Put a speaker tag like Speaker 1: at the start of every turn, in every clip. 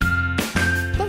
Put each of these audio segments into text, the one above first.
Speaker 1: Tá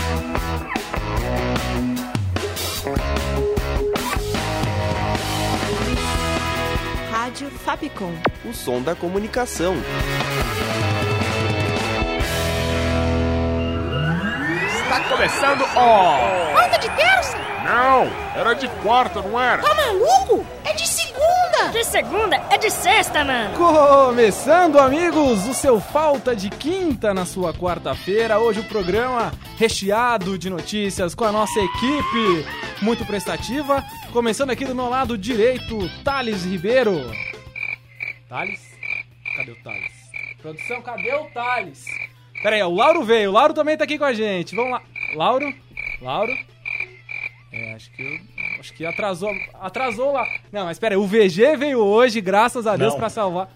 Speaker 2: Rádio Fapcom.
Speaker 3: O som da comunicação.
Speaker 4: Tá começando, ó!
Speaker 2: Quarta de terça?
Speaker 4: Não, era de quarta, não era?
Speaker 2: Tá maluco? É de segunda!
Speaker 5: De segunda é de sexta, mano.
Speaker 6: Começando, amigos, o seu Falta de Quinta na sua quarta-feira. Hoje o programa recheado de notícias com a nossa equipe muito prestativa. Começando aqui do meu lado direito, Thales Ribeiro. Thales? Cadê o Thales? Produção, cadê o Thales? Pera aí, ó, o Lauro veio. O Lauro também tá aqui com a gente. Vamos lá. Lauro? Lauro? É, acho que, eu- acho que atrasou, atrasou lá. Não, mas pera aí, o VG veio hoje, graças a Deus,
Speaker 7: Não.
Speaker 6: pra salvar.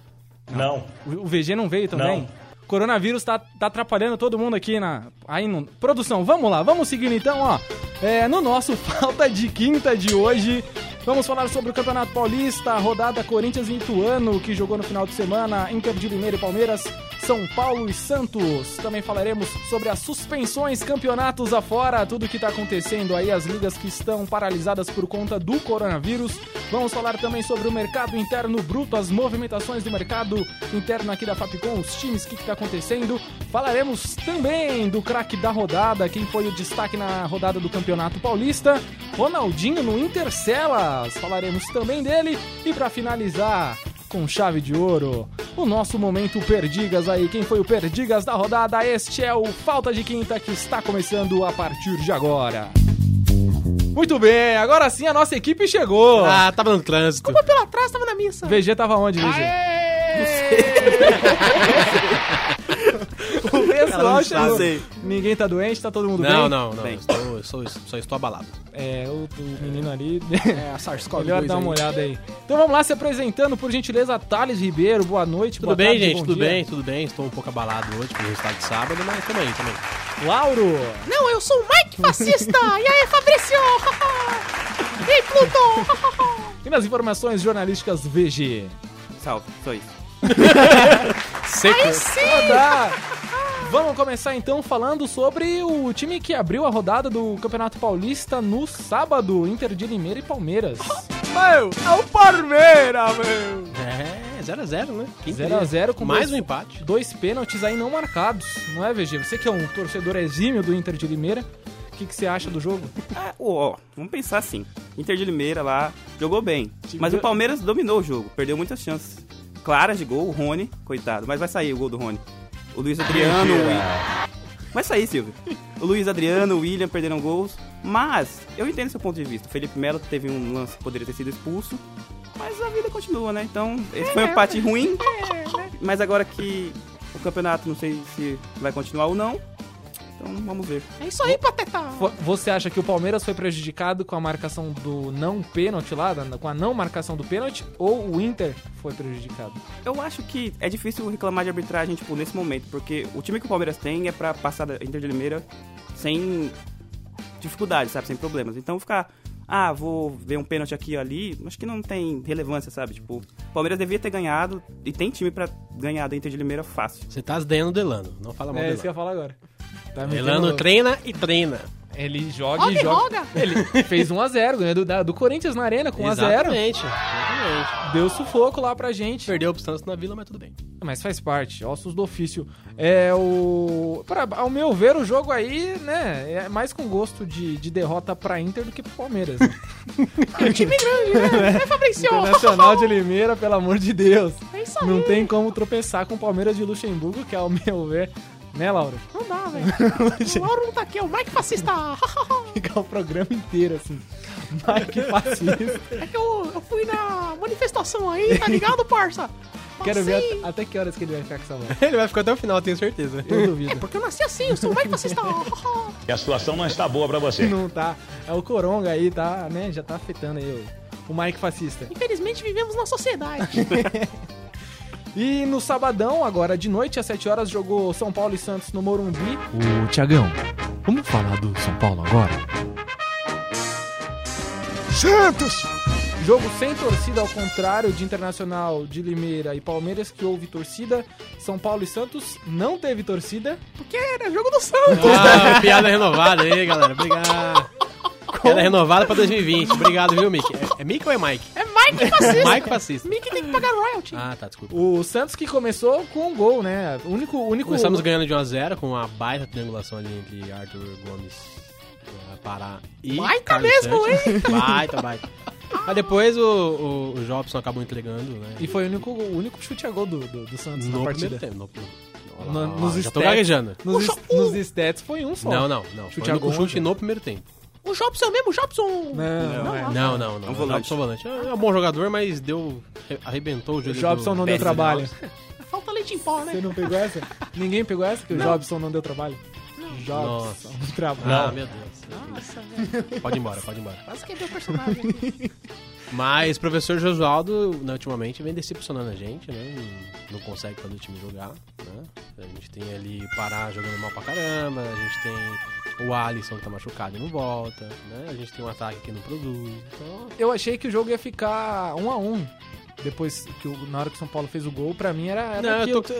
Speaker 7: Não.
Speaker 6: O o VG não veio também?
Speaker 7: Não.
Speaker 6: Coronavírus tá, tá atrapalhando todo mundo aqui na. Aí no... Produção, vamos lá, vamos seguindo então, ó. É, no nosso Falta de Quinta de hoje, vamos falar sobre o Campeonato Paulista, a rodada Corinthians e Ituano, que jogou no final de semana, Inter de Limeira e Palmeiras, São Paulo e Santos. Também falaremos sobre as suspensões, campeonatos afora, tudo que tá acontecendo aí, as ligas que estão paralisadas por conta do coronavírus. Vamos falar também sobre o mercado interno bruto, as movimentações do mercado interno aqui da Fapcom, os times, o que está acontecendo. Falaremos também do craque da rodada, quem foi o destaque na rodada do Campeonato Paulista, Ronaldinho no Intercelas. Falaremos também dele. E para finalizar, com chave de ouro, o nosso momento Perdigas aí. Quem foi o Perdigas da rodada? Este é o Falta de Quinta que está começando a partir de agora. Muito bem, agora sim a nossa equipe chegou.
Speaker 8: Ah, tava no trânsito.
Speaker 6: assim?
Speaker 2: Pela trás tava na missa.
Speaker 6: VG tava onde, VG? O pessoal chegou.
Speaker 3: sei.
Speaker 6: Ninguém tá doente, tá todo mundo bem?
Speaker 8: Não, não, não. Estou, sou, só estou abalado.
Speaker 6: É, o, o menino ali.
Speaker 8: É a SARS-CoV-2.
Speaker 6: Melhor dar uma olhada aí. Então vamos lá se apresentando, por gentileza, Thales Ribeiro. Boa noite,
Speaker 8: Tudo
Speaker 6: boa
Speaker 8: bem,
Speaker 6: tarde,
Speaker 8: gente?
Speaker 6: bom
Speaker 8: Tudo
Speaker 6: dia.
Speaker 8: bem, tudo bem. Estou um pouco abalado hoje pelo resultado de sábado, mas tamo aí, tamo aí.
Speaker 6: Lauro!
Speaker 2: Não, eu sou o Mike Fascista. e aí, Fabrício? e Pluton?
Speaker 6: E nas informações jornalísticas VG.
Speaker 3: Salve, só isso.
Speaker 2: aí sim!
Speaker 6: Tá. Vamos começar então falando sobre o time que abriu a rodada do Campeonato Paulista no sábado, Inter de Limeira e Palmeiras.
Speaker 8: Oh, É, 0x0, né? Quem
Speaker 6: 0x0
Speaker 8: diria?
Speaker 6: com
Speaker 8: Mais
Speaker 6: dois-
Speaker 8: um empate.
Speaker 6: Dois pênaltis aí não marcados, não é, VG? Você que é um torcedor exímio do Inter de Limeira, o que, que você acha do jogo?
Speaker 3: Ah, ó, ó, vamos pensar assim. Inter de Limeira lá jogou bem, mas
Speaker 6: do-
Speaker 3: o Palmeiras dominou o jogo, perdeu muitas chances. Claras de gol, o Rony, coitado, mas vai sair o gol do Rony. O Luiz Adriano, o William. Vai sair, Silvio. O Luiz Adriano, o William perderam gols, mas eu entendo seu ponto de vista. O Felipe Melo teve um lance que poderia ter sido expulso, mas a vida continua, né? Então, esse foi um empate ruim, mas agora que o campeonato não sei se vai continuar ou não, então vamos ver.
Speaker 2: É isso aí, Pateta.
Speaker 6: Fo- Você acha que o Palmeiras foi prejudicado com a marcação do não pênalti lá, da- com a não marcação do pênalti, ou o Inter foi prejudicado?
Speaker 3: Eu acho que é difícil reclamar de arbitragem, tipo, nesse momento, porque o time que o Palmeiras tem é pra passar da Inter de Limeira sem dificuldade, sabe? Sem problemas. Então ficar, ah, vou ver um pênalti aqui ou ali, acho que não tem relevância, sabe? Tipo, o Palmeiras devia ter ganhado e tem time pra ganhar da Inter de Limeira fácil.
Speaker 8: Você tá asdenando o Delano. Não fala mal
Speaker 6: É
Speaker 8: do
Speaker 6: isso que eu ia
Speaker 8: Delano.
Speaker 6: falar agora. Tá me
Speaker 8: Delano
Speaker 6: tendo-
Speaker 8: treina e treina.
Speaker 6: Ele joga
Speaker 2: Roda
Speaker 6: e
Speaker 2: e
Speaker 6: joga.
Speaker 2: roda.
Speaker 6: Ele fez 1x0, ganhou do, da- do Corinthians na arena com 1x0.
Speaker 8: Exatamente. Exatamente.
Speaker 6: Deu sufoco lá pra gente.
Speaker 8: Perdeu o Santos na Vila, mas tudo bem.
Speaker 6: Mas faz parte, ossos do ofício. É o. Pra, ao meu ver, o jogo aí, né? É mais com gosto de, de derrota pra Inter do que pro Palmeiras. Né?
Speaker 2: É um Time grande, né? É, Fabrício?
Speaker 6: Internacional de Limeira, pelo amor de Deus.
Speaker 2: É isso aí.
Speaker 6: Não tem como tropeçar com o Palmeiras de Luxemburgo, que é, ao meu ver. Né, Laura?
Speaker 2: Não dá, velho. O Lauro não tá aqui, é o Mike Fascista.
Speaker 6: Ficar o programa inteiro assim. Mas que fascista.
Speaker 2: é que eu, eu fui na manifestação aí, tá ligado, parça?
Speaker 6: Quero ver at- até, que horas que ele vai ficar com essa bola.
Speaker 8: Ele vai ficar até o final, tenho certeza.
Speaker 6: Eu duvido.
Speaker 2: Porque eu nasci assim, eu sou mais fascista.
Speaker 7: E a situação não está boa pra você.
Speaker 6: Não tá. É o Coronga aí, tá, né? Já tá afetando aí o, o Mike fascista.
Speaker 2: Infelizmente vivemos na sociedade.
Speaker 6: E no sabadão, agora de noite, às 7 horas, jogou São Paulo e Santos no Morumbi. Ô, Tiagão, vamos falar do São Paulo agora? Santos! Jogo sem torcida, ao contrário de Internacional de Limeira e Palmeiras, que houve torcida. São Paulo e Santos não teve torcida.
Speaker 2: Porque era jogo do Santos.
Speaker 8: Ah, piada renovada aí, galera. Obrigado. Piada renovada pra 2020. Obrigado, viu, Mickey? É, é Mickey ou é Mike?
Speaker 2: É Mike fascista.
Speaker 8: Mike fascista.
Speaker 2: Mickey tem que pagar royalty.
Speaker 8: Ah, tá, desculpa.
Speaker 6: O Santos que começou com um gol, né? O único, o único
Speaker 8: Começamos ganhando de 1x0 com uma baita triangulação ali entre Arthur Gomes. eh, Pará e
Speaker 2: Baita
Speaker 8: Carlos
Speaker 2: mesmo,
Speaker 8: Sanches. Baita, baita. Mas depois o, o, o Jobson acabou entregando, né?
Speaker 6: E foi o único, o único chute a gol do, do, do Santos
Speaker 8: no
Speaker 6: na
Speaker 8: primeiro
Speaker 6: partida.
Speaker 8: tempo. No, no,
Speaker 6: No-
Speaker 8: no,
Speaker 6: nos
Speaker 8: já tô
Speaker 6: stats.
Speaker 8: gaguejando.
Speaker 6: Nos, est- nos stats foi um só.
Speaker 8: Não, não, não.
Speaker 6: Chute
Speaker 8: Chute foi
Speaker 6: a gol,
Speaker 8: no, chute
Speaker 6: né?
Speaker 8: no primeiro tempo.
Speaker 2: O Jobson é o mesmo, Jobson.
Speaker 6: Não, é. não.
Speaker 8: Não, não, não.
Speaker 3: um
Speaker 8: O
Speaker 3: volante.
Speaker 8: Jobson é volante. É um bom jogador, mas deu. arrebentou o jogo.
Speaker 6: O Jobson não deu trabalho.
Speaker 2: Falta leite em pó, né?
Speaker 6: Você não pegou essa? Ninguém pegou essa? Que o Jobson não deu trabalho? Jobson. um
Speaker 8: Ah,
Speaker 6: Trabalho.
Speaker 8: meu Deus.
Speaker 2: Nossa, velho.
Speaker 8: Pode ir embora, pode ir embora.
Speaker 2: Quase quebrei o personagem. aqui.
Speaker 8: Mas o professor Josualdo, né, ultimamente, vem decepcionando a gente, né? Não consegue fazer o time jogar, né? A gente tem ali o Pará jogando mal pra caramba, a gente tem o Alisson que tá machucado e não volta, né? A gente tem um ataque que não produz. Então,
Speaker 6: Eu achei que o jogo ia ficar um a um. Depois que o, na hora que o São Paulo fez o gol, pra mim era, era
Speaker 8: não,
Speaker 6: aquilo.
Speaker 8: eu, tô-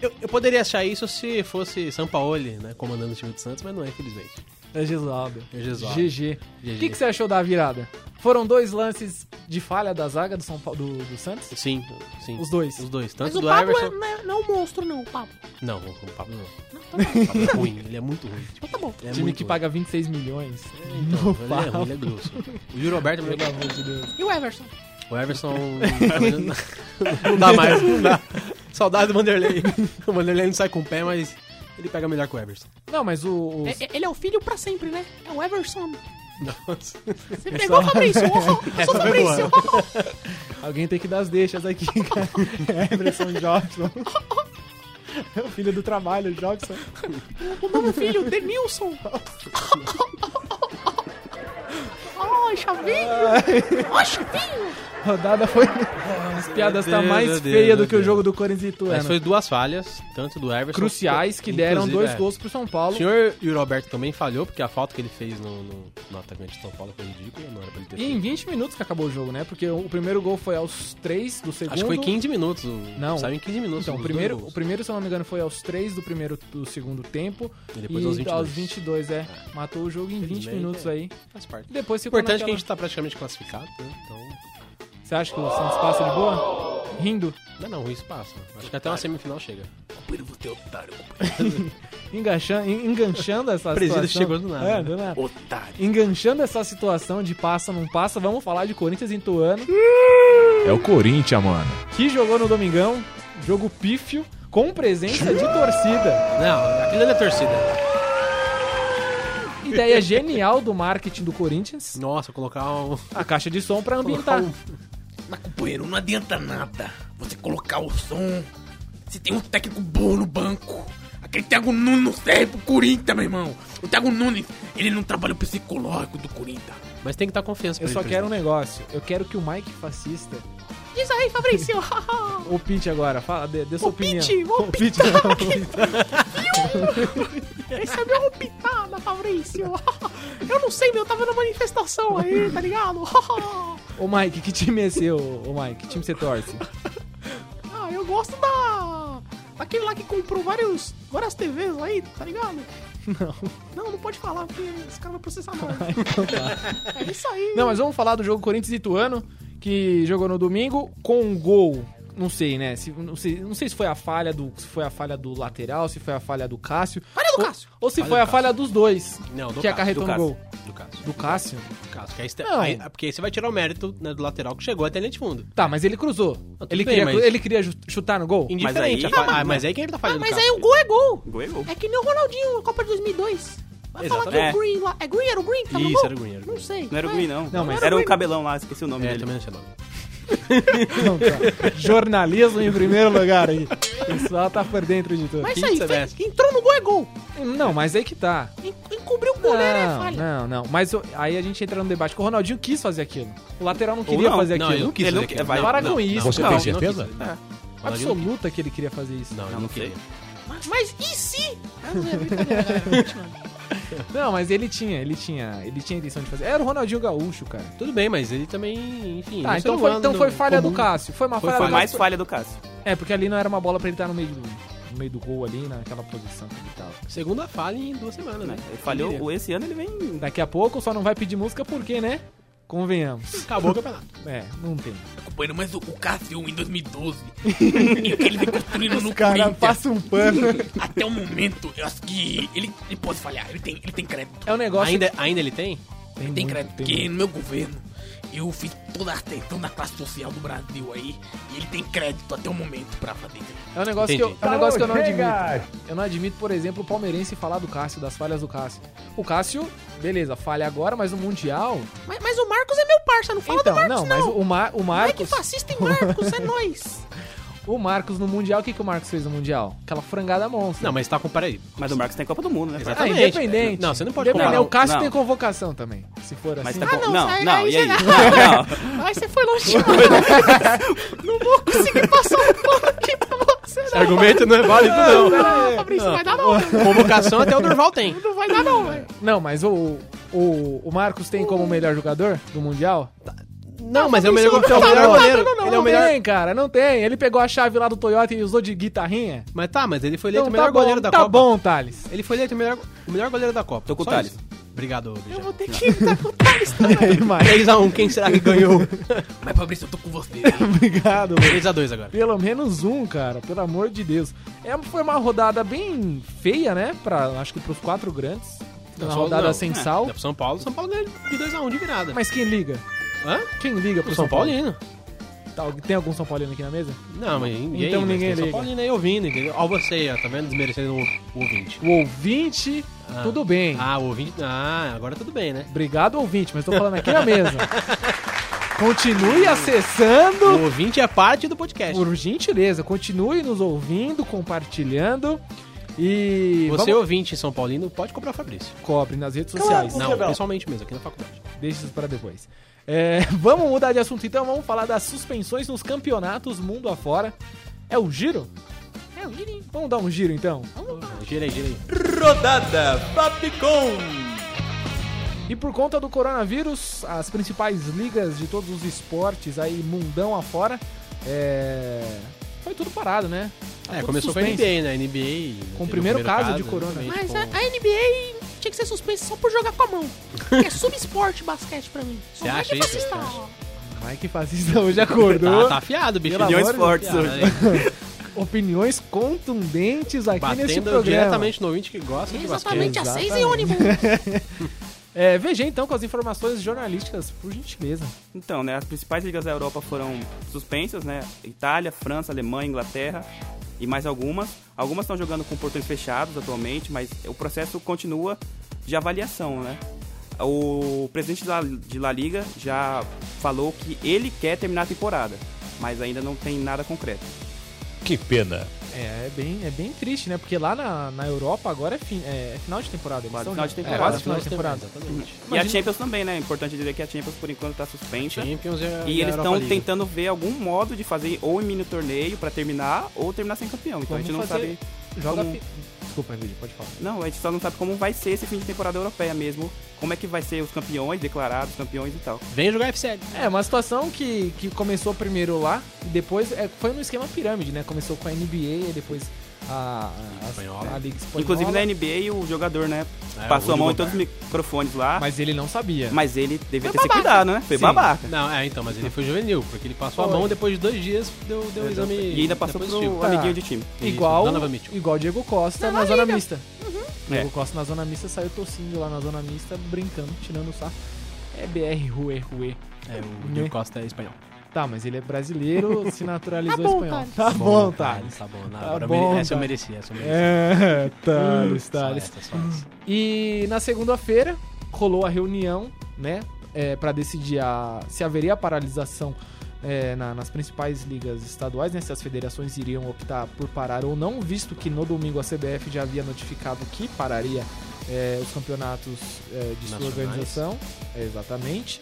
Speaker 8: eu- eu poderia achar isso se fosse Sampaoli, né? Comandando o time do Santos, mas não é, infelizmente.
Speaker 6: É Gesualdo.
Speaker 8: É Gesualdo.
Speaker 6: GG. O que, que você achou da virada? Foram dois lances de falha da zaga do, São Paulo, do, do Santos?
Speaker 8: Sim, sim.
Speaker 6: Os dois.
Speaker 8: Os dois.
Speaker 2: Mas
Speaker 8: Tanto
Speaker 2: o
Speaker 8: do
Speaker 2: Pablo é,
Speaker 8: Everson.
Speaker 2: não, é, não é um monstro, não, o Pablo.
Speaker 8: Não, o Pablo não. O
Speaker 2: Não, tá bom.
Speaker 8: Pablo é ruim, ele é muito ruim.
Speaker 2: Então tá bom.
Speaker 8: É
Speaker 6: Time
Speaker 8: muito
Speaker 6: que
Speaker 8: ruim.
Speaker 6: paga 26 milhões.
Speaker 8: Então, ele é ruim, ele é grosso. O Yuri Roberto também
Speaker 6: Pelo
Speaker 8: é
Speaker 6: amor de Deus.
Speaker 2: E o Everson?
Speaker 8: O Everson também não, não dá mais, não dá. Saudade do Vanderlei. O Vanderlei não sai com o pé, mas ele pega melhor que o Everson.
Speaker 6: Não, mas o. o-
Speaker 2: É- é- ele é o filho pra sempre, né? É o Everson.
Speaker 8: Nossa.
Speaker 2: Você
Speaker 6: É
Speaker 2: pegou o Fabrício. Oh, eu sou o Fabrício.
Speaker 6: Alguém tem que dar as deixas aqui, cara.
Speaker 2: é.
Speaker 6: Everson Jobson. É o filho do trabalho, Jobson.
Speaker 2: O novo filho, Denilson. Ai, Chavinho. Ai, Chavinho.
Speaker 6: Rodada foi. As piadas tá
Speaker 8: Deus,
Speaker 6: mais
Speaker 8: meu Deus,
Speaker 6: feia do
Speaker 8: meu
Speaker 6: que o
Speaker 8: Deus.
Speaker 6: jogo do Corinthians e
Speaker 8: Mas
Speaker 6: Ituano.
Speaker 8: foi duas falhas, tanto do Everson...
Speaker 6: Cruciais que deram
Speaker 8: Inclusive,
Speaker 6: dois
Speaker 8: é.
Speaker 6: gols pro São
Speaker 8: O
Speaker 6: Paulo.
Speaker 8: senhor Yuri Roberto também falhou, porque a falta que ele fez no, no, no atacante de São Paulo foi ridícula, não era pra ele ter
Speaker 6: E
Speaker 8: feito.
Speaker 6: em 20 minutos que acabou o jogo, né? Porque o primeiro gol foi aos 3 do segundo.
Speaker 8: Acho que foi 15 minutos. o-
Speaker 6: Não.
Speaker 8: Saiu em 15 minutos.
Speaker 6: Então, o
Speaker 8: os
Speaker 6: primeiro,
Speaker 8: dois
Speaker 6: o
Speaker 8: gols.
Speaker 6: primeiro, se eu não me engano, foi aos 3 do primeiro do segundo tempo.
Speaker 8: E depois
Speaker 6: e
Speaker 8: aos 22.
Speaker 6: 22, é. Matou o jogo em 20
Speaker 8: Infelizmente,
Speaker 6: minutos
Speaker 8: é.
Speaker 6: aí.
Speaker 8: Faz parte.
Speaker 6: E depois
Speaker 8: O
Speaker 6: ficou
Speaker 8: importante é que a
Speaker 6: naquela-
Speaker 8: gente tá praticamente classificado, né? Então...
Speaker 6: Você acha que o Santos passa de boa? Rindo.
Speaker 8: Não, não, o espaço. Acho que até uma semifinal chega.
Speaker 6: Enganchando, enganchando essa
Speaker 8: Presida
Speaker 6: situação.
Speaker 8: chegou do nada,
Speaker 6: É,
Speaker 8: né?
Speaker 6: do nada.
Speaker 3: Otário.
Speaker 6: Enganchando essa situação de passa, não passa, vamos falar de Corinthians em Tuano,
Speaker 7: É o Corinthians, mano.
Speaker 6: que jogou no Domingão, jogo pífio, com presença de torcida.
Speaker 8: Não, aquilo ali é torcida.
Speaker 6: Ideia genial do marketing do Corinthians,
Speaker 8: Nossa, colocar um.
Speaker 6: a caixa de som pra ambientar.
Speaker 9: Mas, companheiro, não adianta nada você colocar o som. Se tem um técnico bom no banco. Aquele Thiago Nunes não serve pro Corinthians, meu irmão. O Thiago Nunes, ele não trabalha o psicológico do Corinthians.
Speaker 8: Mas tem que dar confiança pra
Speaker 6: Eu
Speaker 8: ele,
Speaker 6: só
Speaker 8: por
Speaker 6: quero um
Speaker 8: exemplo.
Speaker 6: negócio, eu quero que o Mike fascista
Speaker 2: Diz aí, Fabrício.
Speaker 6: opinte agora, fala, dê, dê sua opinião.
Speaker 2: Opite, vou
Speaker 6: Opite, não,
Speaker 2: Recebeu uma pitada, Fabrício. Eu não sei, meu. Tava na manifestação aí, tá ligado?
Speaker 6: Ô Mike, que time é seu, ô Mike? Que time você torce?
Speaker 2: Ah, eu gosto da. Daquele lá que comprou vários, várias TVs aí, tá ligado? Não. Não, não pode falar, porque os caras vão processar nós. É isso aí.
Speaker 6: Ah, então tá. Não, mas vamos falar do jogo Corinthians e Ituano, que jogou no domingo com um gol. Não sei, né? Se, não, sei, não sei se foi a falha do. Se foi a falha do lateral, se foi a falha do Cássio.
Speaker 2: Olha do
Speaker 6: Ou-
Speaker 2: Cássio.
Speaker 6: Ou, se
Speaker 8: Falha
Speaker 6: foi
Speaker 8: do
Speaker 6: a falha dos dois.
Speaker 8: Não, do
Speaker 6: que
Speaker 8: Cássio,
Speaker 6: acarretou
Speaker 3: do
Speaker 6: no gol.
Speaker 8: Do caso.
Speaker 6: Do Cássio?
Speaker 8: Do caso. Que aí, você-
Speaker 6: Não.
Speaker 8: aí- é porque aí você vai tirar o mérito né, do lateral que chegou até a linha de fundo.
Speaker 6: Tá, mas ele cruzou.
Speaker 8: Ah, tudo
Speaker 6: ele,
Speaker 8: bem,
Speaker 6: queria,
Speaker 8: mas-
Speaker 6: ele queria ju- chutar no gol?
Speaker 8: Indiferente.
Speaker 3: aí-
Speaker 8: a fa- ah, mas aí quem ele tá falando?
Speaker 2: Mas aí o gol é gol.
Speaker 3: Gol é gol.
Speaker 2: É que nem o Ronaldinho na Copa de 2002. Vai falar
Speaker 3: Exatamente.
Speaker 2: que o Green lá. É
Speaker 6: tá
Speaker 2: Green? Era o Green que tava no
Speaker 8: Isso,
Speaker 2: gol?
Speaker 8: era o Green, era o
Speaker 2: Não
Speaker 8: Green.
Speaker 2: sei.
Speaker 3: Não era o Green, não.
Speaker 6: Não, mas-
Speaker 3: era o cabelão lá, esqueci o nome
Speaker 8: É,
Speaker 3: dele.
Speaker 8: também não sei o nome.
Speaker 6: Não, cara. Jornalismo em primeiro lugar aí. O pessoal tá por dentro de tudo.
Speaker 2: Mas isso aí,
Speaker 8: Pizza
Speaker 2: fe-
Speaker 8: Best.
Speaker 2: entrou no gol é gol.
Speaker 6: Não, mas aí que tá.
Speaker 2: En- Encobriu o goleiro é
Speaker 6: Não,
Speaker 2: falha.
Speaker 6: não, não. Mas o- aí a gente entra no debate que o Ronaldinho quis fazer aquilo. O lateral não queria
Speaker 3: não.
Speaker 6: fazer
Speaker 8: Não,
Speaker 6: aquilo.
Speaker 8: eu não quis
Speaker 3: Ele
Speaker 8: fazer
Speaker 3: não-
Speaker 8: aquilo.
Speaker 3: vai-
Speaker 6: Para
Speaker 8: não,
Speaker 6: com isso,
Speaker 7: Você
Speaker 6: cara. É.
Speaker 7: tem certeza?
Speaker 6: Absoluta que ele queria fazer isso.
Speaker 8: Não,
Speaker 3: Não,
Speaker 8: não
Speaker 3: não
Speaker 8: queria.
Speaker 2: Mas e se? Ah, não é brincadeira, galera.
Speaker 6: Não, mas ele tinha, ele tinha, ele tinha a intenção de fazer. Era o Ronaldinho Gaúcho, cara.
Speaker 8: Tudo bem, mas ele também, enfim...
Speaker 2: Ah,
Speaker 6: Tá,
Speaker 8: é um ser
Speaker 6: então foi,
Speaker 8: humano
Speaker 6: então foi falha
Speaker 8: comum.
Speaker 6: do Cássio. Foi uma
Speaker 8: Foi-
Speaker 6: falha
Speaker 3: Foi
Speaker 6: do
Speaker 3: mais
Speaker 6: Cássio.
Speaker 3: falha do Cássio.
Speaker 6: É, porque ali não era uma bola pra ele estar no meio do, no meio do gol ali, naquela posição que ele tava.
Speaker 8: Segunda falha em duas semanas, né?
Speaker 3: Ele falhou, o- esse ano ele vem.
Speaker 6: Daqui a pouco só não vai pedir música porque, né? Convenhamos.
Speaker 8: Acabou o campeonato.
Speaker 6: É, não tem.
Speaker 9: Companheiro, mas o, o Cássio um em 2012 e o que ele vem construindo no Corinthians
Speaker 6: passa um pano.
Speaker 9: até o momento, eu acho que ele, ele pode falhar, ele tem, ele tem crédito.
Speaker 6: É um negócio.
Speaker 8: Ainda, ainda ele tem?
Speaker 6: Tem,
Speaker 9: Tem
Speaker 6: muito,
Speaker 9: crédito,
Speaker 6: tem
Speaker 9: porque
Speaker 6: muito.
Speaker 9: no meu governo eu fiz toda a atenção da classe social do Brasil aí e ele tem crédito até o momento pra fazer isso.
Speaker 6: É um negócio, que eu,
Speaker 8: Entendi.
Speaker 6: é um negócio que eu não admito. Eu não admito, por exemplo, o palmeirense falar do Cássio, das falhas do Cássio. O Cássio, beleza, falha agora, mas no Mundial.
Speaker 2: mas, mas o Marcos é meu parça, não fala
Speaker 6: então,
Speaker 2: do Marcos,
Speaker 6: não,
Speaker 2: não.
Speaker 6: mas o, Mar- o
Speaker 9: é
Speaker 2: Ai, que
Speaker 6: Marcos.
Speaker 2: fascista em Marcos, é nóis.
Speaker 6: O Marcos no Mundial, o que, que o Marcos fez no Mundial? Aquela frangada monstra.
Speaker 8: Não, mas tá com... Peraí.
Speaker 3: Mas o Marcos tem Copa do Mundo, né?
Speaker 8: Exatamente.
Speaker 6: Ah, independente.
Speaker 8: Não, você não pode
Speaker 6: Independente.
Speaker 8: comparar.
Speaker 6: O Cássio
Speaker 3: Não.
Speaker 6: tem convocação também. Se for
Speaker 3: Mas
Speaker 6: assim.
Speaker 3: tá
Speaker 2: Ah,
Speaker 3: com...
Speaker 2: não,
Speaker 3: Não,
Speaker 2: aí-
Speaker 3: não,
Speaker 2: aí
Speaker 3: e aí?
Speaker 2: já-
Speaker 3: Não, não.
Speaker 2: Aí você foi longe demais. Não vou conseguir passar um pano aqui pra você,
Speaker 8: Esse argumento não é válido,
Speaker 2: não.
Speaker 8: não.
Speaker 2: Não, Fabrício, não vai dar não, velho.
Speaker 8: Convocação até o Durval tem.
Speaker 2: Não vai dar não, velho.
Speaker 6: Não, mas o, o, o Marcos tem como melhor jogador do Mundial?
Speaker 8: Não, mas é o melhor
Speaker 2: Fabrício,
Speaker 8: é o
Speaker 2: não
Speaker 8: melhor
Speaker 2: tá
Speaker 8: goleiro.
Speaker 2: dando, não,
Speaker 8: Ele é o
Speaker 6: não
Speaker 8: melhor...
Speaker 6: tem, cara, não tem. Ele pegou a chave lá do Toyota e usou de guitarrinha.
Speaker 8: Mas tá, mas ele foi eleito
Speaker 6: Então
Speaker 8: o melhor
Speaker 6: tá bom,
Speaker 8: goleiro da
Speaker 6: tá
Speaker 8: Copa.
Speaker 6: bom, Thales.
Speaker 8: Ele foi eleito o melhor, o melhor goleiro da Copa.
Speaker 3: Tô com o
Speaker 8: Só
Speaker 3: Thales.
Speaker 8: isso. Obrigado,
Speaker 2: Eu
Speaker 8: BG.
Speaker 2: vou ter que estar com o Thales
Speaker 6: é
Speaker 2: também.
Speaker 8: 3x1, quem será que ganhou?
Speaker 9: Mas Fabrício, eu tô com você. velho.
Speaker 6: Obrigado, mano.
Speaker 8: 3x2 agora.
Speaker 6: Pelo menos um, cara, pelo amor de Deus. É, foi uma rodada bem feia, né? Pra, acho que pros quatro grandes.
Speaker 8: Não,
Speaker 6: uma
Speaker 8: só-
Speaker 6: rodada
Speaker 8: não.
Speaker 6: sem
Speaker 8: É,
Speaker 6: sal.
Speaker 8: Dá pro São Paulo, São Paulo ganha de 2x1 de virada.
Speaker 6: Mas quem liga?
Speaker 8: Hã?
Speaker 6: Quem liga pro
Speaker 8: O São Paulino.
Speaker 6: Tá, Tem algum São Paulino aqui na mesa?
Speaker 8: Não, mas e aí,
Speaker 6: Então
Speaker 8: mas
Speaker 6: ninguém
Speaker 8: tem São
Speaker 6: liga.
Speaker 8: Paulino aí ouvindo, entendeu? Ó, você, ó, tá vendo? Desmerecendo o, o ouvinte.
Speaker 6: O ouvinte,
Speaker 8: Ah.
Speaker 6: tudo bem.
Speaker 8: Ah, o ouvinte. Ah, agora tudo bem, né?
Speaker 6: Obrigado, ouvinte, mas tô falando aqui na mesa. Continue acessando.
Speaker 8: O ouvinte é parte do podcast.
Speaker 6: Por gentileza, continue nos ouvindo, compartilhando.
Speaker 8: Você, é
Speaker 6: E vamos... Então é
Speaker 8: ouvinte em São Paulino, pode comprar o Fabrício.
Speaker 6: cobre nas redes sociais.
Speaker 8: Não, pessoalmente mesmo, aqui na faculdade.
Speaker 6: Deixa isso pra depois. É, vamos mudar de assunto então, vamos falar das suspensões nos campeonatos mundo afora. É o giro?
Speaker 2: É, o Girinho.
Speaker 6: Vamos dar um giro então?
Speaker 8: Ah, Gira aí, gira aí.
Speaker 6: E por conta do coronavírus, as principais ligas de todos os esportes aí, mundão afora, é... foi tudo parado, né? Tá
Speaker 8: É,
Speaker 6: tudo
Speaker 8: começou com a
Speaker 6: suspenso.
Speaker 8: NBA, né? NBA. né,
Speaker 6: Com o
Speaker 8: teve
Speaker 6: primeiro caso de corona. é,
Speaker 8: exatamente,
Speaker 2: Mas
Speaker 8: com-
Speaker 2: a, a NBA tinha que ser suspensa só por jogar com a mão. Porque é subesporte basquete pra mim. Só
Speaker 8: Você
Speaker 2: vai
Speaker 8: acha
Speaker 6: é
Speaker 2: que
Speaker 8: isso?
Speaker 2: fascista.
Speaker 6: Vai que fascista hoje acordou.
Speaker 8: Tá, tá afiado, bicho.
Speaker 6: Pelo
Speaker 3: Opiniões
Speaker 6: amor de
Speaker 3: fortes
Speaker 8: Afiado,
Speaker 3: hoje.
Speaker 8: né?
Speaker 6: Opiniões contundentes aqui neste
Speaker 8: Batendo
Speaker 6: programa.
Speaker 8: diretamente no ouvinte que gosta de basquete.
Speaker 2: Exatamente, a seis e
Speaker 6: Exatamente.
Speaker 2: ônibus.
Speaker 6: É, veja então com as informações jornalísticas, por gentileza.
Speaker 3: Então, né, as principais ligas da Europa foram suspensas, né? Itália, França, Alemanha, Inglaterra e mais algumas. Algumas estão jogando com portões fechados atualmente, mas o processo continua de avaliação, né? O presidente da- de La Liga já falou que ele quer terminar a temporada, mas ainda não tem nada concreto.
Speaker 7: Que pena.
Speaker 6: É, é bem, é bem triste, né? Porque lá na, na Europa agora é, fin- é- é final de temporada. Eles
Speaker 3: Quase
Speaker 6: estão-
Speaker 3: final de
Speaker 6: É,
Speaker 3: temporada.
Speaker 6: quase final de temporada.
Speaker 8: Exatamente.
Speaker 3: E a Champions também, né? É importante dizer que a Champions por enquanto está suspensa.
Speaker 8: Champions é a
Speaker 3: E eles
Speaker 8: Europa
Speaker 3: estão
Speaker 8: League.
Speaker 3: tentando ver algum modo de fazer ou em mini torneio pra terminar ou terminar sem campeão. Então
Speaker 6: Vamos
Speaker 3: a gente não
Speaker 6: fazer-
Speaker 3: sabe.
Speaker 6: Joga.
Speaker 3: Como-
Speaker 6: fi- Desculpa, Emílio, pode falar.
Speaker 3: Não, a gente só não sabe como vai ser esse fim de temporada europeia mesmo. Como é que vai ser os campeões declarados, campeões e tal.
Speaker 8: Vem jogar FCL.
Speaker 6: É, uma situação que, que começou primeiro lá e depois é, foi no esquema pirâmide, né? Começou com a NBA e depois a, a- a-
Speaker 8: Espanhola.
Speaker 6: a Liga Espanhola.
Speaker 3: Inclusive na NBA o jogador, né,
Speaker 8: É,
Speaker 3: passou
Speaker 8: o
Speaker 3: a mão em
Speaker 8: Rudy
Speaker 3: todos os microfones lá, mas,
Speaker 6: Mas ele não sabia.
Speaker 3: ele devia ter se cuidado, né? Foi
Speaker 6: Sim.
Speaker 3: babaca.
Speaker 8: Não, é, então, mas ele foi juvenil, porque ele passou a
Speaker 6: Foi.
Speaker 8: mão depois de dois dias, deu, deu o exame.
Speaker 3: E ainda passou
Speaker 8: deu
Speaker 3: pro
Speaker 8: positivo.
Speaker 3: amiguinho de time.
Speaker 8: Isso,
Speaker 6: Igual
Speaker 8: Donovan Mitchell.
Speaker 6: igual Diego Costa na, Uhum.
Speaker 2: Na
Speaker 6: zona
Speaker 2: Liga.
Speaker 6: mista. Diego
Speaker 3: É.
Speaker 6: Costa na zona mista saiu tossindo lá na zona mista, brincando, tirando o sarro. É BR, Rue, Rue.
Speaker 8: É, o Gil Costa é espanhol.
Speaker 6: Tá, mas ele é brasileiro, se naturalizou
Speaker 2: Tá bom,
Speaker 6: espanhol.
Speaker 2: Thales.
Speaker 6: Tá bom, tá.
Speaker 8: Thales, Tá bom, tá, não,
Speaker 6: Tá
Speaker 8: agora eu
Speaker 6: bom,
Speaker 8: mere- essa eu
Speaker 6: Thales.
Speaker 8: mereci, essa eu mereci.
Speaker 6: É, Thales,
Speaker 8: Só
Speaker 6: Thales.
Speaker 8: essa, só essa.
Speaker 6: E na segunda-feira rolou a reunião, né, é, para decidir a- se haveria paralisação é, na- nas principais ligas estaduais, né, se as federações iriam optar por parar ou não, visto que no domingo a CBF já havia notificado que pararia é, os campeonatos é, de sua
Speaker 8: Nacionais.
Speaker 6: organização. É, exatamente.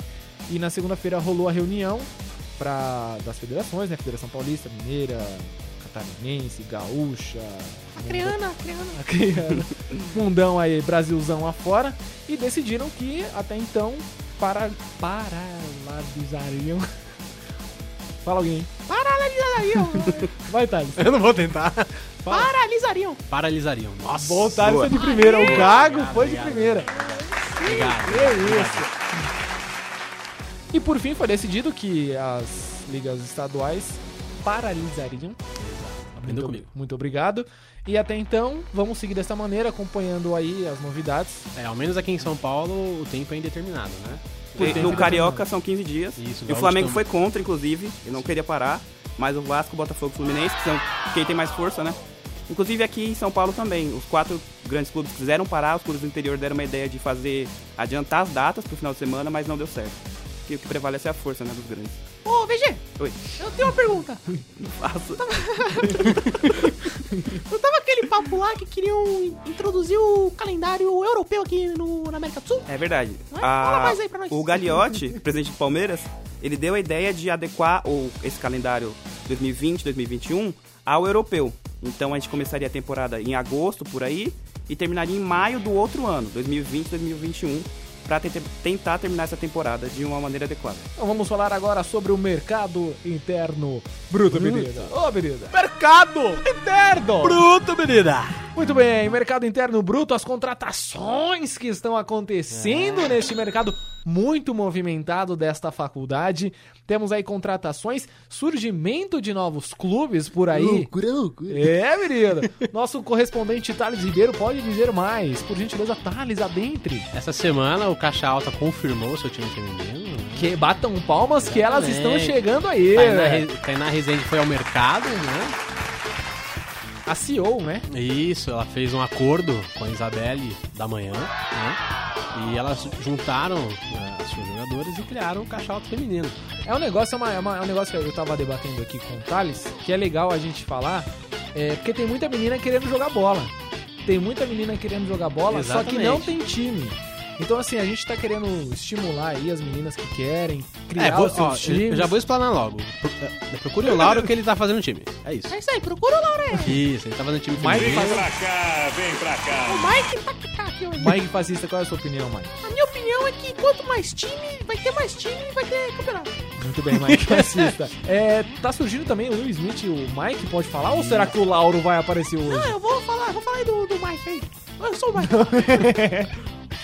Speaker 6: E na segunda-feira rolou a reunião pra, das federações, né? Federação Paulista, Mineira, Catarinense, Gaúcha.
Speaker 2: Acreana, acreana.
Speaker 6: Criana, mundão aí, Brasilzão afora, e decidiram que até então para, paralisariam. Fala alguém. aí.
Speaker 2: Paralisariam.
Speaker 6: Vai, Thales.
Speaker 8: Eu não vou tentar.
Speaker 2: Paralisariam.
Speaker 8: Paralisariam. Nossa.
Speaker 6: Bom, Thales foi de primeira. O Gago foi de primeira.
Speaker 8: Obrigado.
Speaker 6: Que isso. E por fim foi decidido que as ligas estaduais paralisariam
Speaker 8: Aprendeu
Speaker 6: Muito-
Speaker 8: comigo.
Speaker 6: Muito obrigado. E até então, vamos seguir dessa maneira, acompanhando aí as novidades.
Speaker 8: É, ao menos aqui em São Paulo o tempo é indeterminado, né?
Speaker 6: Por tempo
Speaker 3: no
Speaker 6: da
Speaker 3: Carioca são 15 dias.
Speaker 8: Isso,
Speaker 3: e o
Speaker 8: Gaúcho
Speaker 3: Flamengo
Speaker 8: também.
Speaker 3: foi contra, inclusive, e não queria parar. Mas o Vasco, Botafogo e Fluminense, que são quem tem mais força, né? Inclusive aqui em São Paulo também. Os quatro grandes clubes quiseram parar, os clubes do interior deram uma ideia de fazer adiantar as datas pro final de semana, mas não deu certo. E o que prevalece é a força, né, dos grandes.
Speaker 2: Ô, VG,
Speaker 3: Oi.
Speaker 2: eu tenho uma pergunta.
Speaker 3: Faça.
Speaker 2: Não tava aquele papo lá que queriam introduzir o calendário europeu aqui no, na América do Sul?
Speaker 3: É verdade.
Speaker 2: Vai,
Speaker 3: A-
Speaker 2: fala mais aí pra nós.
Speaker 3: O Gagliotti, presidente do Palmeiras, ele deu a ideia de adequar o, esse calendário 2020, 2021 ao europeu. Então a gente começaria a temporada em agosto, por aí, e terminaria em maio do outro ano, 2020, 2021, para um, tentar terminar essa temporada de uma maneira adequada.
Speaker 6: Então vamos falar agora sobre o mercado interno bruto, menina. Ô, menina.
Speaker 8: Mercado!
Speaker 6: Interno!
Speaker 8: Bruto, menina!
Speaker 6: Muito bem, mercado interno bruto, as contratações que estão acontecendo
Speaker 8: É.
Speaker 6: neste mercado muito movimentado desta faculdade. Temos aí contratações, surgimento de novos clubes por aí. É, menino. Nosso correspondente Thales Ribeiro pode dizer mais. Por gentileza, Thales, adentre.
Speaker 8: Essa semana o Caixa Alta confirmou seu time feminino. né?
Speaker 6: Que batam palmas que elas estão
Speaker 8: Exatamente.
Speaker 6: chegando aí.
Speaker 8: Tainá,
Speaker 6: né?
Speaker 8: Tá Re- Tainá Rezende foi ao mercado, né?
Speaker 6: A CEO, né?
Speaker 8: Isso, ela fez um acordo com a Isabelle da manhã, né? E elas juntaram né, as suas jogadoras e criaram o Caixa Alta Feminino.
Speaker 6: É um negócio, é, uma- é uma- é um negócio que eu tava debatendo aqui com o Thales, que é legal a gente falar, é, porque tem muita menina querendo jogar bola. Tem muita menina querendo jogar bola, só que
Speaker 8: Exatamente.
Speaker 6: não tem time. Então, assim, a gente tá querendo estimular aí as meninas que querem criar
Speaker 8: É, vou,
Speaker 6: os seus
Speaker 8: ó,
Speaker 6: times.
Speaker 8: eu já vou explanar logo. Pro- eh, Procure o Lauro que ele tá fazendo time. É isso.
Speaker 2: É isso aí, procura o Laura aí.
Speaker 8: Isso, ele tá fazendo time
Speaker 6: Mike,
Speaker 8: feminino.
Speaker 6: faz-
Speaker 2: O Mike tá, que tá aqui hoje.
Speaker 6: Mike Fascista, qual é a sua opinião, Mike?
Speaker 2: A minha opinião é que quanto mais time, vai ter mais
Speaker 6: É.
Speaker 2: time e vai ter campeonato.
Speaker 6: Muito bem, Mike Fascista. É, tá surgindo também o Will Smith, o Mike pode falar? Ou será que o Lauro vai aparecer
Speaker 2: Ah,
Speaker 6: hoje?
Speaker 2: eu vou falar, vou falar aí do, do Mike aí. Ah, Eu sou o Mike.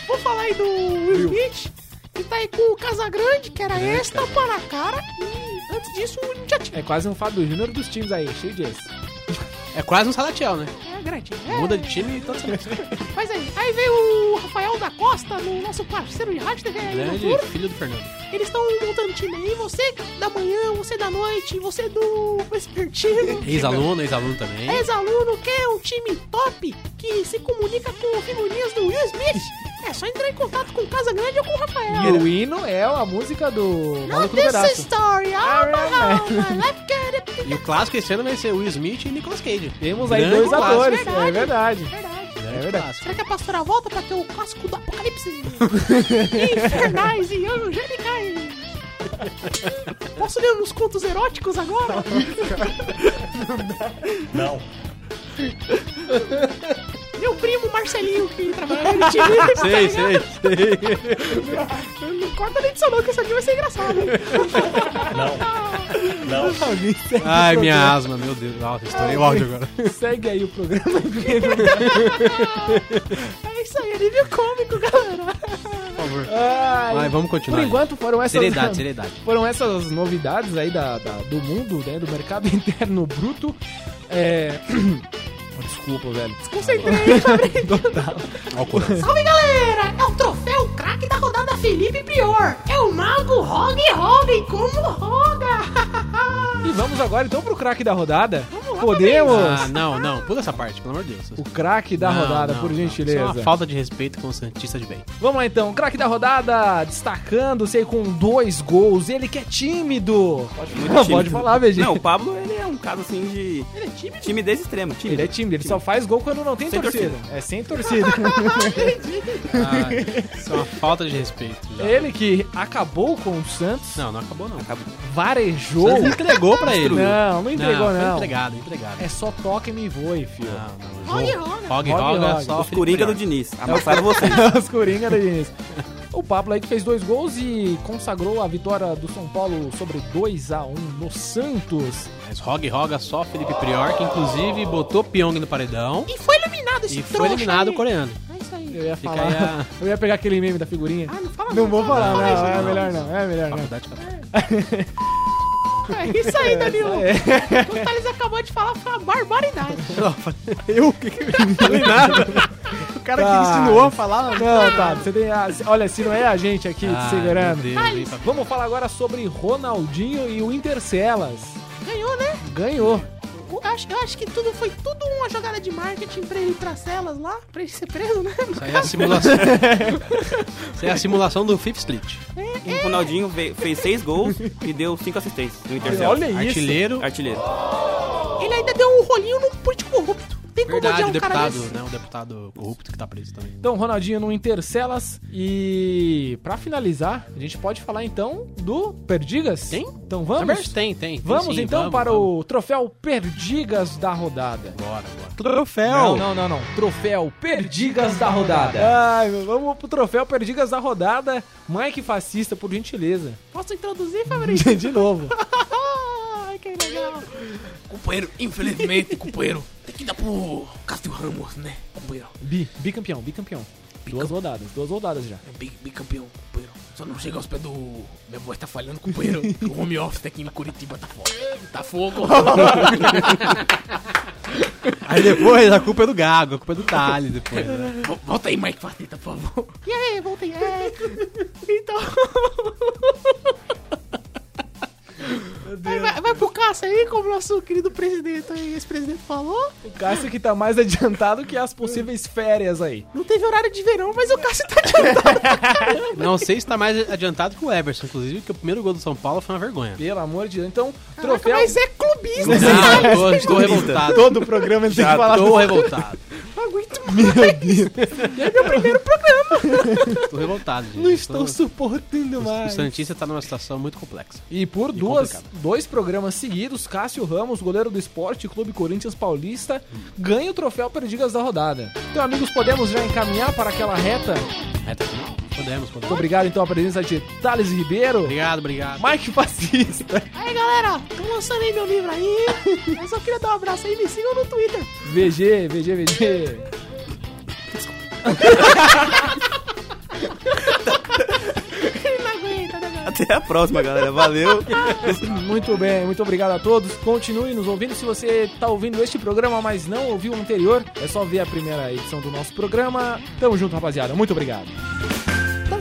Speaker 2: vou falar aí do Will Smith, que tá aí com o Casagrande, que era extra para a cara, e antes disso não tinha time.
Speaker 6: É quase um Fábio Júnior dos times aí, cheio de ex.
Speaker 8: É quase um Salatiel, né?
Speaker 2: É grande. É,
Speaker 8: Muda de time e todo
Speaker 2: Mas aí, aí veio o Rafael da Costa, no nosso parceiro de rádio TV aí no
Speaker 8: Grande
Speaker 2: futuro.
Speaker 8: filho do Fernando.
Speaker 2: Eles estão montando time aí, você da manhã, você da noite, você do Vespertino.
Speaker 6: né?
Speaker 8: Ex-aluno, ex-aluno também.
Speaker 2: É. Ex-aluno quer um time top que se comunica com figurinhas do Will Smith. É só entrar em contato com o Casa Grande ou com o
Speaker 6: E
Speaker 2: Rafael.
Speaker 6: o hino é a música do
Speaker 2: Not
Speaker 6: Maluco do
Speaker 2: this
Speaker 6: Pedaço.
Speaker 2: story, I'm
Speaker 6: Ah,
Speaker 2: how my life got it.
Speaker 8: E o clássico esse ano vai ser Will Smith e Nicolas Cage.
Speaker 6: Temos aí
Speaker 8: Grande
Speaker 6: dois
Speaker 8: clássico.
Speaker 6: atores,
Speaker 2: verdade.
Speaker 6: é verdade.
Speaker 2: Verdade.
Speaker 6: É verdade.
Speaker 8: Clássico.
Speaker 2: Será que a pastora volta pra ter o clássico do Apocalipse? Infernais e angelicais. Posso ler uns contos eróticos agora?
Speaker 9: Não.
Speaker 2: Meu primo Marcelinho, que trabalha no time. tá
Speaker 8: Sei,
Speaker 2: ligado?
Speaker 8: sei, sei.
Speaker 2: Não corta na edição não, que isso aqui vai ser engraçado.
Speaker 6: Alguém segue,
Speaker 8: Ai, minha asma, meu Deus. Nossa, estourei o áudio agora.
Speaker 6: segue aí o programa. né?
Speaker 2: É isso aí, alívio cômico, galera.
Speaker 8: Por favor.
Speaker 6: Ai,
Speaker 8: Vai, vamos
Speaker 6: por
Speaker 8: continuar.
Speaker 6: enquanto foram essas
Speaker 8: Seriedade, seriedade.
Speaker 6: foram essas novidades aí da, da- do mundo, né, do mercado interno bruto. É... Desculpa, velho.
Speaker 2: Concentrei, Fabrício.
Speaker 8: Ó o coração.
Speaker 2: Salve, galera. É o troféu craque da rodada Felipe Prior. É o mago Rogue Robin, como roga.
Speaker 6: E vamos agora então pro craque da rodada.
Speaker 2: Vamos
Speaker 6: Podemos? Ah,
Speaker 8: Ah, não, não. Pula essa parte, pelo amor de Deus.
Speaker 6: O craque da
Speaker 8: Não,
Speaker 6: rodada,
Speaker 8: não,
Speaker 6: por
Speaker 8: não.
Speaker 6: gentileza.
Speaker 8: Isso é uma falta de respeito com o Santista de bem.
Speaker 6: Vamos lá então, craque da rodada, destacando-se aí com dois gols. Ele que é tímido. Pode,
Speaker 3: Muito tímido.
Speaker 6: Pode falar, VG.
Speaker 3: Não, o Pablo, ele é um caso assim de. Ele é tímido? Timidez extrema. Tímido.
Speaker 6: Ele é tímido, ele só faz gol quando não tem
Speaker 3: Sem
Speaker 6: torcida.
Speaker 3: torcida.
Speaker 6: É sem torcida.
Speaker 8: Ah, isso é uma falta de respeito. já.
Speaker 6: ele que acabou com o Santos,
Speaker 8: Não, não acabou não. Acabou.
Speaker 6: varejou.
Speaker 8: Santos entregou pra ele.
Speaker 6: Não, não entregou,
Speaker 8: foi Ah.
Speaker 6: não.
Speaker 8: entregado, entregado.
Speaker 6: É só toque e me voe, filho.
Speaker 8: Não, não.
Speaker 2: Rogue, né?
Speaker 8: jogo-
Speaker 2: rogue.
Speaker 8: Rogue,
Speaker 6: Rogue,
Speaker 8: rogue, é
Speaker 6: rogue.
Speaker 8: só
Speaker 3: Os
Speaker 8: Felipe
Speaker 3: Coringa do
Speaker 8: Melo.
Speaker 6: É
Speaker 3: Diniz. Amassaram vocês.
Speaker 6: Os Coringa da Diniz. O Pablo aí que fez dois gols e consagrou a vitória do São Paulo sobre 2 a 1 no Santos.
Speaker 8: Mas Rogue roga só Felipe Prior, que inclusive botou Pyong no paredão
Speaker 2: E foi eliminado esse
Speaker 8: e
Speaker 2: trouxa
Speaker 8: foi eliminado
Speaker 2: aí.
Speaker 8: o coreano.
Speaker 2: É isso aí.
Speaker 6: Eu ia
Speaker 8: Fica
Speaker 6: falar.
Speaker 8: aí a-
Speaker 6: Eu ia pegar aquele meme da figurinha.
Speaker 2: Ah, não fala
Speaker 6: Não vou falar,
Speaker 2: fala isso,
Speaker 6: não. É melhor não. É melhor não.
Speaker 8: Faculdade Católica.
Speaker 2: É isso aí, Danilo. O que o Thales acabou de falar foi uma barbaridade.
Speaker 6: O cara que insinuou a falar. Não, tá. Você tem a- Olha, se não é a gente aqui te
Speaker 8: Ai,
Speaker 6: segurando.
Speaker 8: meu Deus, hein, Faculdade?
Speaker 6: Vamos falar agora sobre Ronaldinho e o Intercelas.
Speaker 2: Ganhou, né?
Speaker 6: Ganhou.
Speaker 2: Eu acho, eu acho que tudo foi tudo uma jogada de marketing pra ele ir pra celas lá, pra ele ser preso, né?
Speaker 8: Isso aí é a simulação. Isso aí é a simulação do Fifth Street.
Speaker 3: O Ronaldinho veio- fez seis gols e deu cinco assistências no Intercept.
Speaker 6: Olha isso.
Speaker 8: Artilheiro.
Speaker 3: Artilheiro.
Speaker 6: Oh.
Speaker 2: Ele ainda deu um rolinho num político corrupto. Tem
Speaker 6: é
Speaker 2: como
Speaker 8: Verdade,
Speaker 2: odiar
Speaker 8: o
Speaker 2: um cara
Speaker 8: deputado,
Speaker 2: desse?
Speaker 8: né? O deputado corrupto que tá preso também.
Speaker 6: Então, Ronaldinho no Intercelas. E pra finalizar, a gente pode falar então do Perdigas?
Speaker 8: Tem?
Speaker 6: Então
Speaker 8: Na verdade,
Speaker 6: vamos.
Speaker 8: tem, tem. tem
Speaker 6: Vamos
Speaker 8: sim,
Speaker 6: então
Speaker 8: vamos,
Speaker 6: para
Speaker 8: vamos.
Speaker 6: o troféu Perdigas da rodada.
Speaker 8: Bora, bora.
Speaker 6: Troféu! Não, não, não, não. Troféu Perdigas da rodada. Ai, meu, vamos pro troféu Perdigas da rodada. Mike Fascista, por gentileza.
Speaker 2: Posso introduzir, Fabrício?
Speaker 6: De novo.
Speaker 2: Ai, que legal.
Speaker 9: Companheiro, infelizmente, companheiro. Tem que dar pro Cássio Ramos, né, companheiro?
Speaker 6: Bi, bicampeão, bicampeão. Duas rodadas, duas rodadas já.
Speaker 9: É bi- bicampeão, companheiro. Só não chega aos pés do. Minha voz tá falhando, companheiro. O home office aqui em Curitiba tá fogo. Tá fogo.
Speaker 8: Aí depois a culpa é do Gago, a culpa é do Tali depois. né?
Speaker 9: Vol- Volta aí, Mike Faceta, por favor.
Speaker 2: E aí, voltei. É. Então. Aí vai, vai pro Cássio aí, como nosso querido presidente aí, ex-presidente falou.
Speaker 6: O Cássio que tá mais adiantado que as possíveis férias aí.
Speaker 2: Não teve horário de verão, mas o Cássio tá adiantado.
Speaker 8: Não sei se tá mais adiantado que o Everson, inclusive, que o primeiro gol do São Paulo foi uma vergonha.
Speaker 6: Pelo amor de Deus. Então,
Speaker 2: Caraca,
Speaker 6: troféu.
Speaker 2: Mas é clubista, esse cara.
Speaker 8: Não, tô, tô revoltado.
Speaker 6: Todo o programa ele tem que falar.
Speaker 8: Tô revoltado.
Speaker 2: Não aguento mais.
Speaker 8: Tô revoltado, gente.
Speaker 6: Não estou
Speaker 8: Tô-
Speaker 6: suportando
Speaker 8: O
Speaker 6: mais.
Speaker 8: Santista tá numa situação muito complexa.
Speaker 6: E por duas, dois programas seguidos, Cássio Ramos, goleiro do Esporte Clube Corinthians Paulista, ganha o troféu Perdigas da rodada. Então, amigos, podemos já encaminhar para aquela reta. Muito
Speaker 8: Reta final? Podemos, podemos.
Speaker 6: obrigado, então, à presença de Thales Ribeiro,
Speaker 8: Obrigado, obrigado.
Speaker 6: Mike Fascista,
Speaker 2: Aí, galera, eu lançarei meu livro aí. Eu só queria dar um abraço aí, me sigam no Twitter.
Speaker 6: VG, VG, VG.
Speaker 2: Não aguenta, né, galera?
Speaker 3: Até a próxima, galera. Valeu.
Speaker 6: Muito bem, muito obrigado a todos. Continue nos ouvindo. Se você está ouvindo este programa, mas não ouviu o anterior, é só ver a primeira edição do nosso programa. Tamo junto, rapaziada. Muito obrigado.
Speaker 1: Tá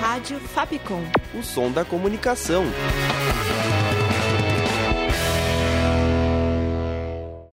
Speaker 10: Rádio Fapcom.
Speaker 11: O som da comunicação.